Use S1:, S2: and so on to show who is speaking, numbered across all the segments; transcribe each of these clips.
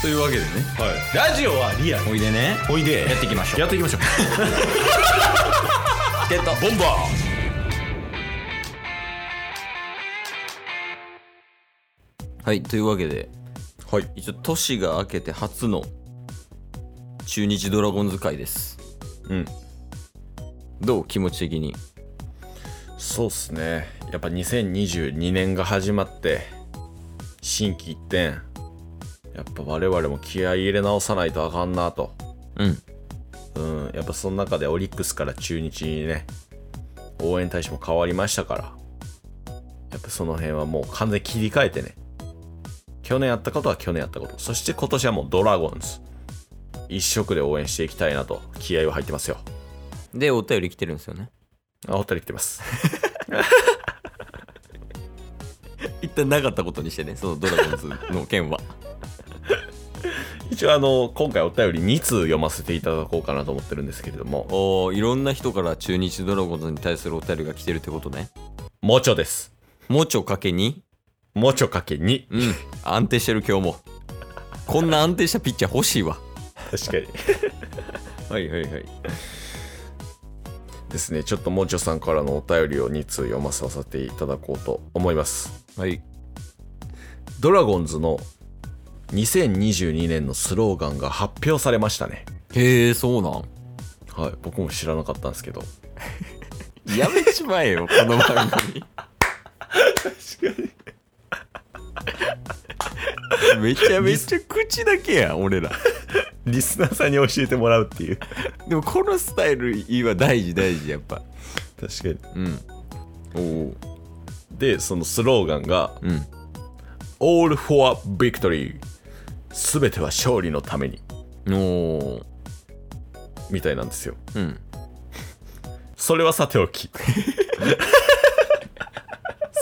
S1: というわけでね
S2: はい、ラジオはリアル
S1: おいでね
S2: おいで
S1: やっていきましょう
S2: やっていきましょう
S1: ってた
S2: ボンバ
S1: はいというわけで
S2: ーはい
S1: 一応年が明けて初の中日ドラゴンズ会です
S2: うん
S1: どう気持ち的に
S2: そうっすねやっぱ2022年が始まって心機一転やっぱ我々も気合い入れ直さないとあかんなと
S1: うん
S2: うんやっぱその中でオリックスから中日にね応援大使も変わりましたからやっぱその辺はもう完全に切り替えてね去年やったことは去年やったことそして今年はもうドラゴンズ一色で応援していきたいなと気合は入ってますよ
S1: でお便り来てるんですよね
S2: あお二人来てます
S1: 一旦なかったことにしてねそのドラゴンズの件は
S2: 一応あの今回お便り2通読ませていただこうかなと思ってるんですけれども
S1: おーいろんな人から中日ドラゴンズに対するお便りが来てるってことね
S2: もちょです
S1: もうちょかけに
S2: もちょかけ2
S1: うん安定してる今日もこんな安定したピッチャー欲しいわ
S2: 確か
S1: は
S2: に
S1: いはいはい
S2: ですねちょっともちょさんからのお便りを2通読ませさせていただこうと思います
S1: はい
S2: ドラゴンズの2022年のスローガンが発表されましたね
S1: へえそうなん
S2: はい僕も知らなかったんですけど
S1: やめちまえよ、この番組。確かに。めちゃめちゃ口だけやん、俺ら。
S2: リスナーさんに教えてもらうっていう
S1: でも、このスタイルいいわ、大事、大事、やっぱ。
S2: 確かに
S1: うん。おお。
S2: でそのスローガンが
S1: うん。
S2: 「All for Victory」全ては勝利のために
S1: おお。
S2: みたいなんですよ
S1: うん。
S2: それはさておき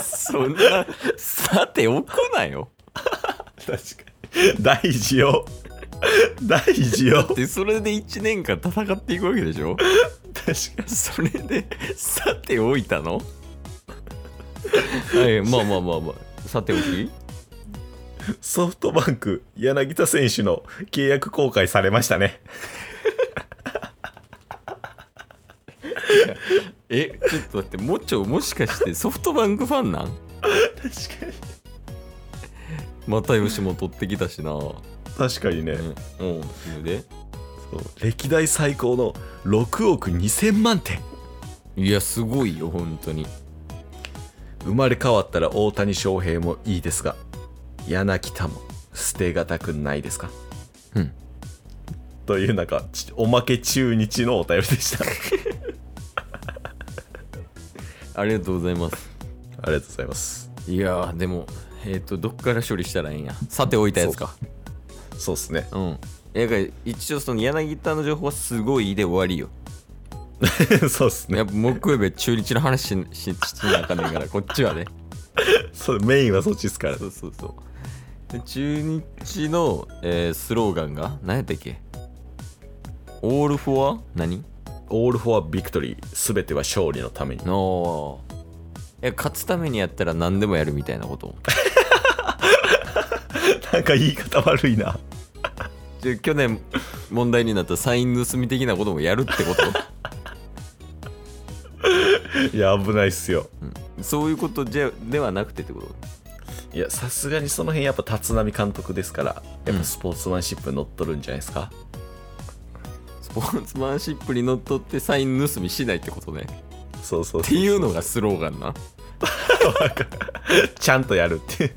S1: そんな、さて、おくなよ。
S2: 確かに大事を大事を確
S1: で、それで1年間戦っていくわけでしょ
S2: か
S1: それで、さておいたの はい、まあまあまあまあ。さておき
S2: にソフトバンク柳田選手の契約更改されましたね
S1: えちょっと待ってもちょもしかしてソフトバンクファンなん
S2: 確かに
S1: また吉も取ってきたしなうん
S2: 確かにね、
S1: うんそれで
S2: そう歴代最高の6億2000万点
S1: いやすごいよ本当に
S2: 生まれ変わったら大谷翔平もいいですが柳田も捨てがたくないですか
S1: うん
S2: というなんかちおまけ中日のお便りで したあ
S1: ありがとうございます
S2: りがとうございます
S1: いやーでもえっ、とどっから処理したらいいんやさておいたやつか
S2: そうっす ね
S1: うんえだから一応その柳田の情報はすごいで終わりよ
S2: そうっす
S1: や
S2: ね
S1: っぱ木曜日は中日の話しししなあかんねんからこっちはね
S2: そうメインはそっちっすから
S1: そうそうそう。で中日の、えースローガンが何やったっけオールフォア何
S2: オールフォアビクトリー、全ては勝利のために。
S1: のいや勝つためにやったら何でもやるみたいなこと。
S2: なんか言い方悪い な。
S1: で去年問題になったサイン盗み的なこともやるってこと
S2: いや、危ないっすよ。
S1: そういうことじゃではなくてってこと
S2: いや、さすがにその辺やっぱ立浪監督ですから、やっぱスポーツマンシップ乗っとるんじゃないですか。
S1: スポーツマンシップにのっとってサイン盗みしないってことね。
S2: そうそう
S1: っ
S2: そ
S1: て
S2: う。
S1: いうのがスローガンな。
S2: ちゃんとやるって。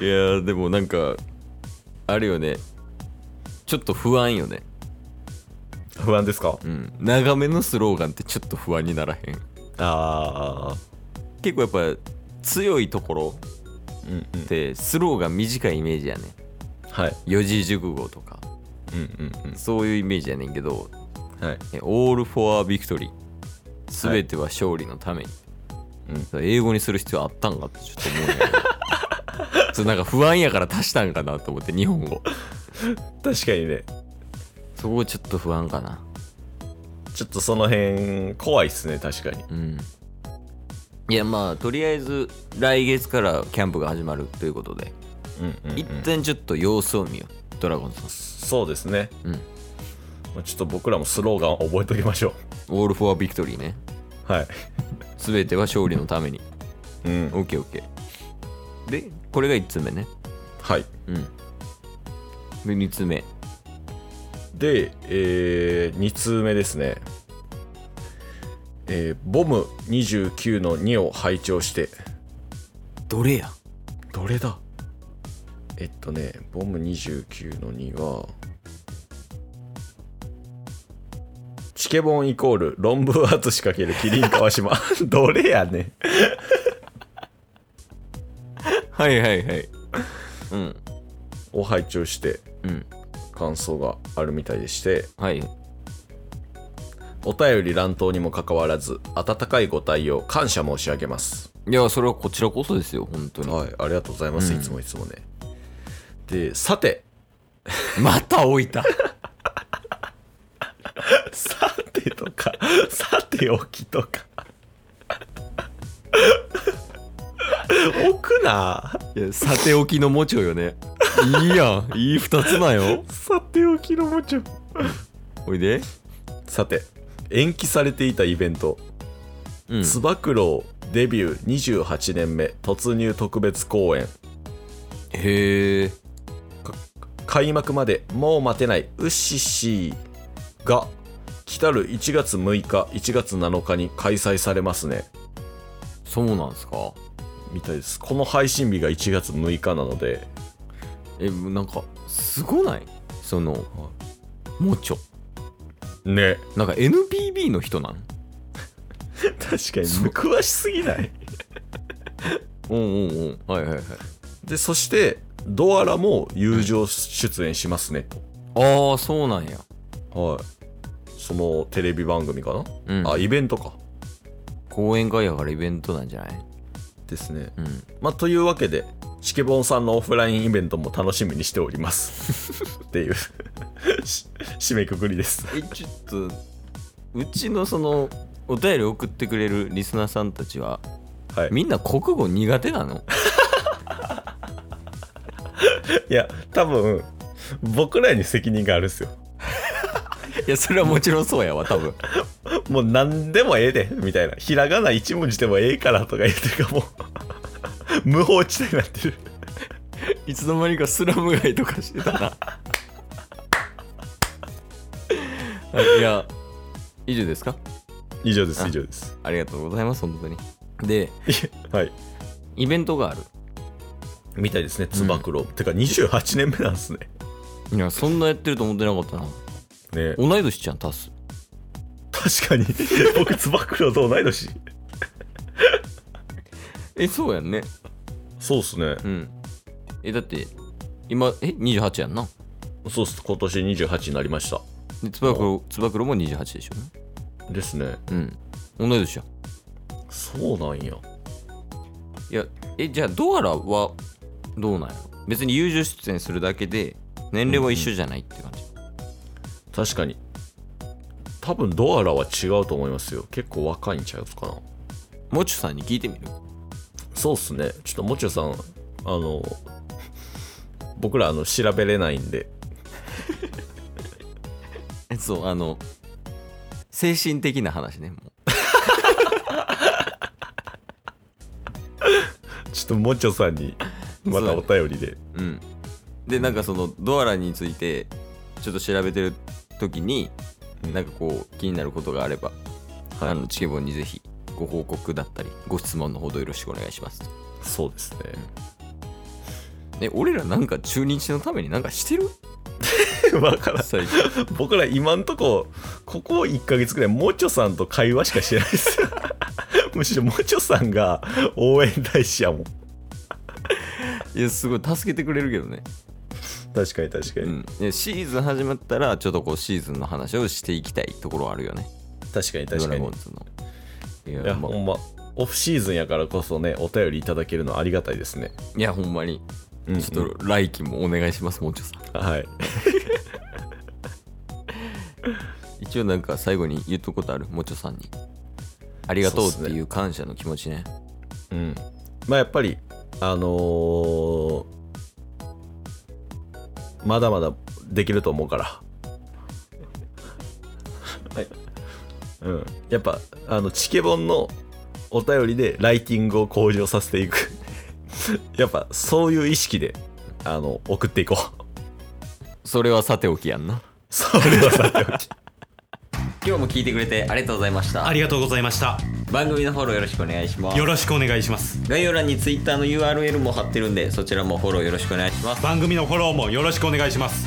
S1: いやーでもなんかあるよね。ちょっと不安よね。
S2: 不安ですか
S1: うん、長めのスローガンってちょっと不安にならへん
S2: ああ。
S1: 結構やっぱ強いところ
S2: うんうん。
S1: ってスローガン短いイメージやね
S2: はい。
S1: 四字熟語とか
S2: うんうん
S1: そういうイメージやねんけど
S2: うん。はい。
S1: 「オール・フォア・ビクトリー」全ては勝利のために、英語にする必要あったんかってちょっと思うんやけ どそうなんか不安やから足したんかなと思って日本語
S2: 確かにね、
S1: そこちょっと不安かな
S2: ちょっとその辺、怖いっすね、確かに。
S1: うんいやまあとりあえず来月からキャンプが始まるということで
S2: ううんうんうん
S1: 一旦ちょっと様子を見ようドラゴンズの
S2: そうですね、
S1: うん
S2: まあちょっと僕らもスローガンを覚えておきましょ
S1: オール・フォア・ビクトリーね
S2: う はい、
S1: 全ては勝利のために
S2: うん、
S1: オッケーオッケーでこれが1つ目ね
S2: はい
S1: うんで2つ目
S2: で、え2通目ですね、えーボム29の2を拝聴して
S1: どれや
S2: どれだえっとねボム29の2はチケボンイコール論文アート仕掛けるキリン川 島どれやねん
S1: はいはいはいうん
S2: を拝聴して
S1: うん
S2: 感想があるみたいでして
S1: はい
S2: お便り乱闘にもかかわらず温かいご対応感謝申し上げます
S1: いやそれはこちらこそですよ本当に
S2: はい、ありがとうございます、
S1: うん
S2: いつもいつもね。で、さて、
S1: また置い た
S2: さてとか、さておきとか。置くな。
S1: さておきのもちょよねいいやんいい2つだよ
S2: さておきのもちょ。
S1: おいで
S2: さて、延期されていたイベント、
S1: うん
S2: つば九郎デビュー28年目突入特別公演、
S1: へえ
S2: 開幕までもう待てないうっしっしーが、来たる1月6日、1月7日に開催されますね。
S1: そうなんすか
S2: みたいですこの配信日が1月6日なので
S1: えなんかすごないそのもちょ
S2: ね
S1: なんか NPB の人なん
S2: 確かに
S1: そう
S2: 詳しすぎない
S1: うんうんうんはいはいはい
S2: でそしてドアラも友情出演しますね
S1: ああそうなんや、
S2: とはいそのテレビ番組かな、
S1: うん、
S2: あイベントか
S1: 講演会やからイベントなんじゃない
S2: ですね
S1: うん
S2: まあというわけでチケボンさんのオフラインイベントも楽しみにしております っていうし締めくくりです
S1: えちょっとうちのそのお便り送ってくれるリスナーさんたちは
S2: はい
S1: みんな国語苦手 なの
S2: いや多分僕らに責任があるんですよ
S1: いやそれはもちろんそうやわ多分
S2: もう何でもええで、みたいな。ひらがな一文字でもええからとか言ってるかもう 無法地帯になってる。
S1: いつの間にかスラム街とかして たなはいいや以上ですか
S2: 以上です、
S1: あ
S2: 以上です。
S1: ありがとうございます本当にで
S2: はい。
S1: イベントがある
S2: みたいですね、つば九郎。てか28年目なんですね。
S1: いやそんなやってると思ってなかったな
S2: ね
S1: 同い年じゃんタス
S2: 確 かに。僕、つば九郎と同い年。
S1: えそうやんね
S2: そうっすね。
S1: うんえだって今え28やんな
S2: そうっす。今年28になりました。
S1: でつばくろつばくろも28でしょ
S2: ですね。
S1: うん同い年やん
S2: そうなんや。
S1: いやえじゃあドアラはどうなんやろ別に友情出演するだけで年齢は一緒じゃないって感じ、
S2: 確かに。多分、ドアラは違うと思いますよ。結構若いんちゃうかな。
S1: もちゅさんに聞いてみる
S2: そうっすね。ちょっともちろさん、あの、僕らあの調べれないんで、
S1: え そうあの精神的な話ねも
S2: ちょっともちろさんにまたお便りで。
S1: ううんでなんかそのドアラについてちょっと調べてる時になんかこう気になることがあれば、あのチケボンにぜひご報告だったりご質問のほどよろしくお願いしますと
S2: そうですね。
S1: え俺らなんか中日のためになんかしてる
S2: わからん。
S1: 最近
S2: 僕ら今んとこ、ここ1ヶ月くらい、もちろさんと会話しかしてな いですよ。むしろもちろさんが応援大使やもん。
S1: いやすごい助けてくれるけどね、
S2: 確かに確かに。
S1: うん、いやシーズン始まったらちょっとこうシーズンの話をしていきたいところはあるよね
S2: 確かに確
S1: ド
S2: か
S1: ラ
S2: に
S1: ゴン。ズのい
S2: い
S1: や
S2: や、
S1: まあ
S2: ほんま、オフシーズンやからこそね、お便りいただけるのありがたいですね。
S1: いやほんまに
S2: うん
S1: ちょっと来期もお願いしますもうちょっとさん
S2: はい。
S1: 一応なんか最後に言っとくことあるもうちょっとさんにありがとうっていう感謝の気持ちね
S2: うん、まあやっぱりあのーまだまだできると思うからはいうんやっぱあのチケボンのお便りでライティングを向上させていくやっぱそういう意識であの送っていこう
S1: それはさておきやんな
S2: それはさておき
S1: 今日も聞いてくれてありがとうございました
S3: ありがとうございました
S1: 番組のフォローよろしくお願いします
S3: よろしくお願いします
S1: 概要欄に Twitter の URL も貼ってるんでそちらもフォローよろしくお願いします
S3: 番組のフォローもよろしくお願いします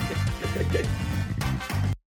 S3: す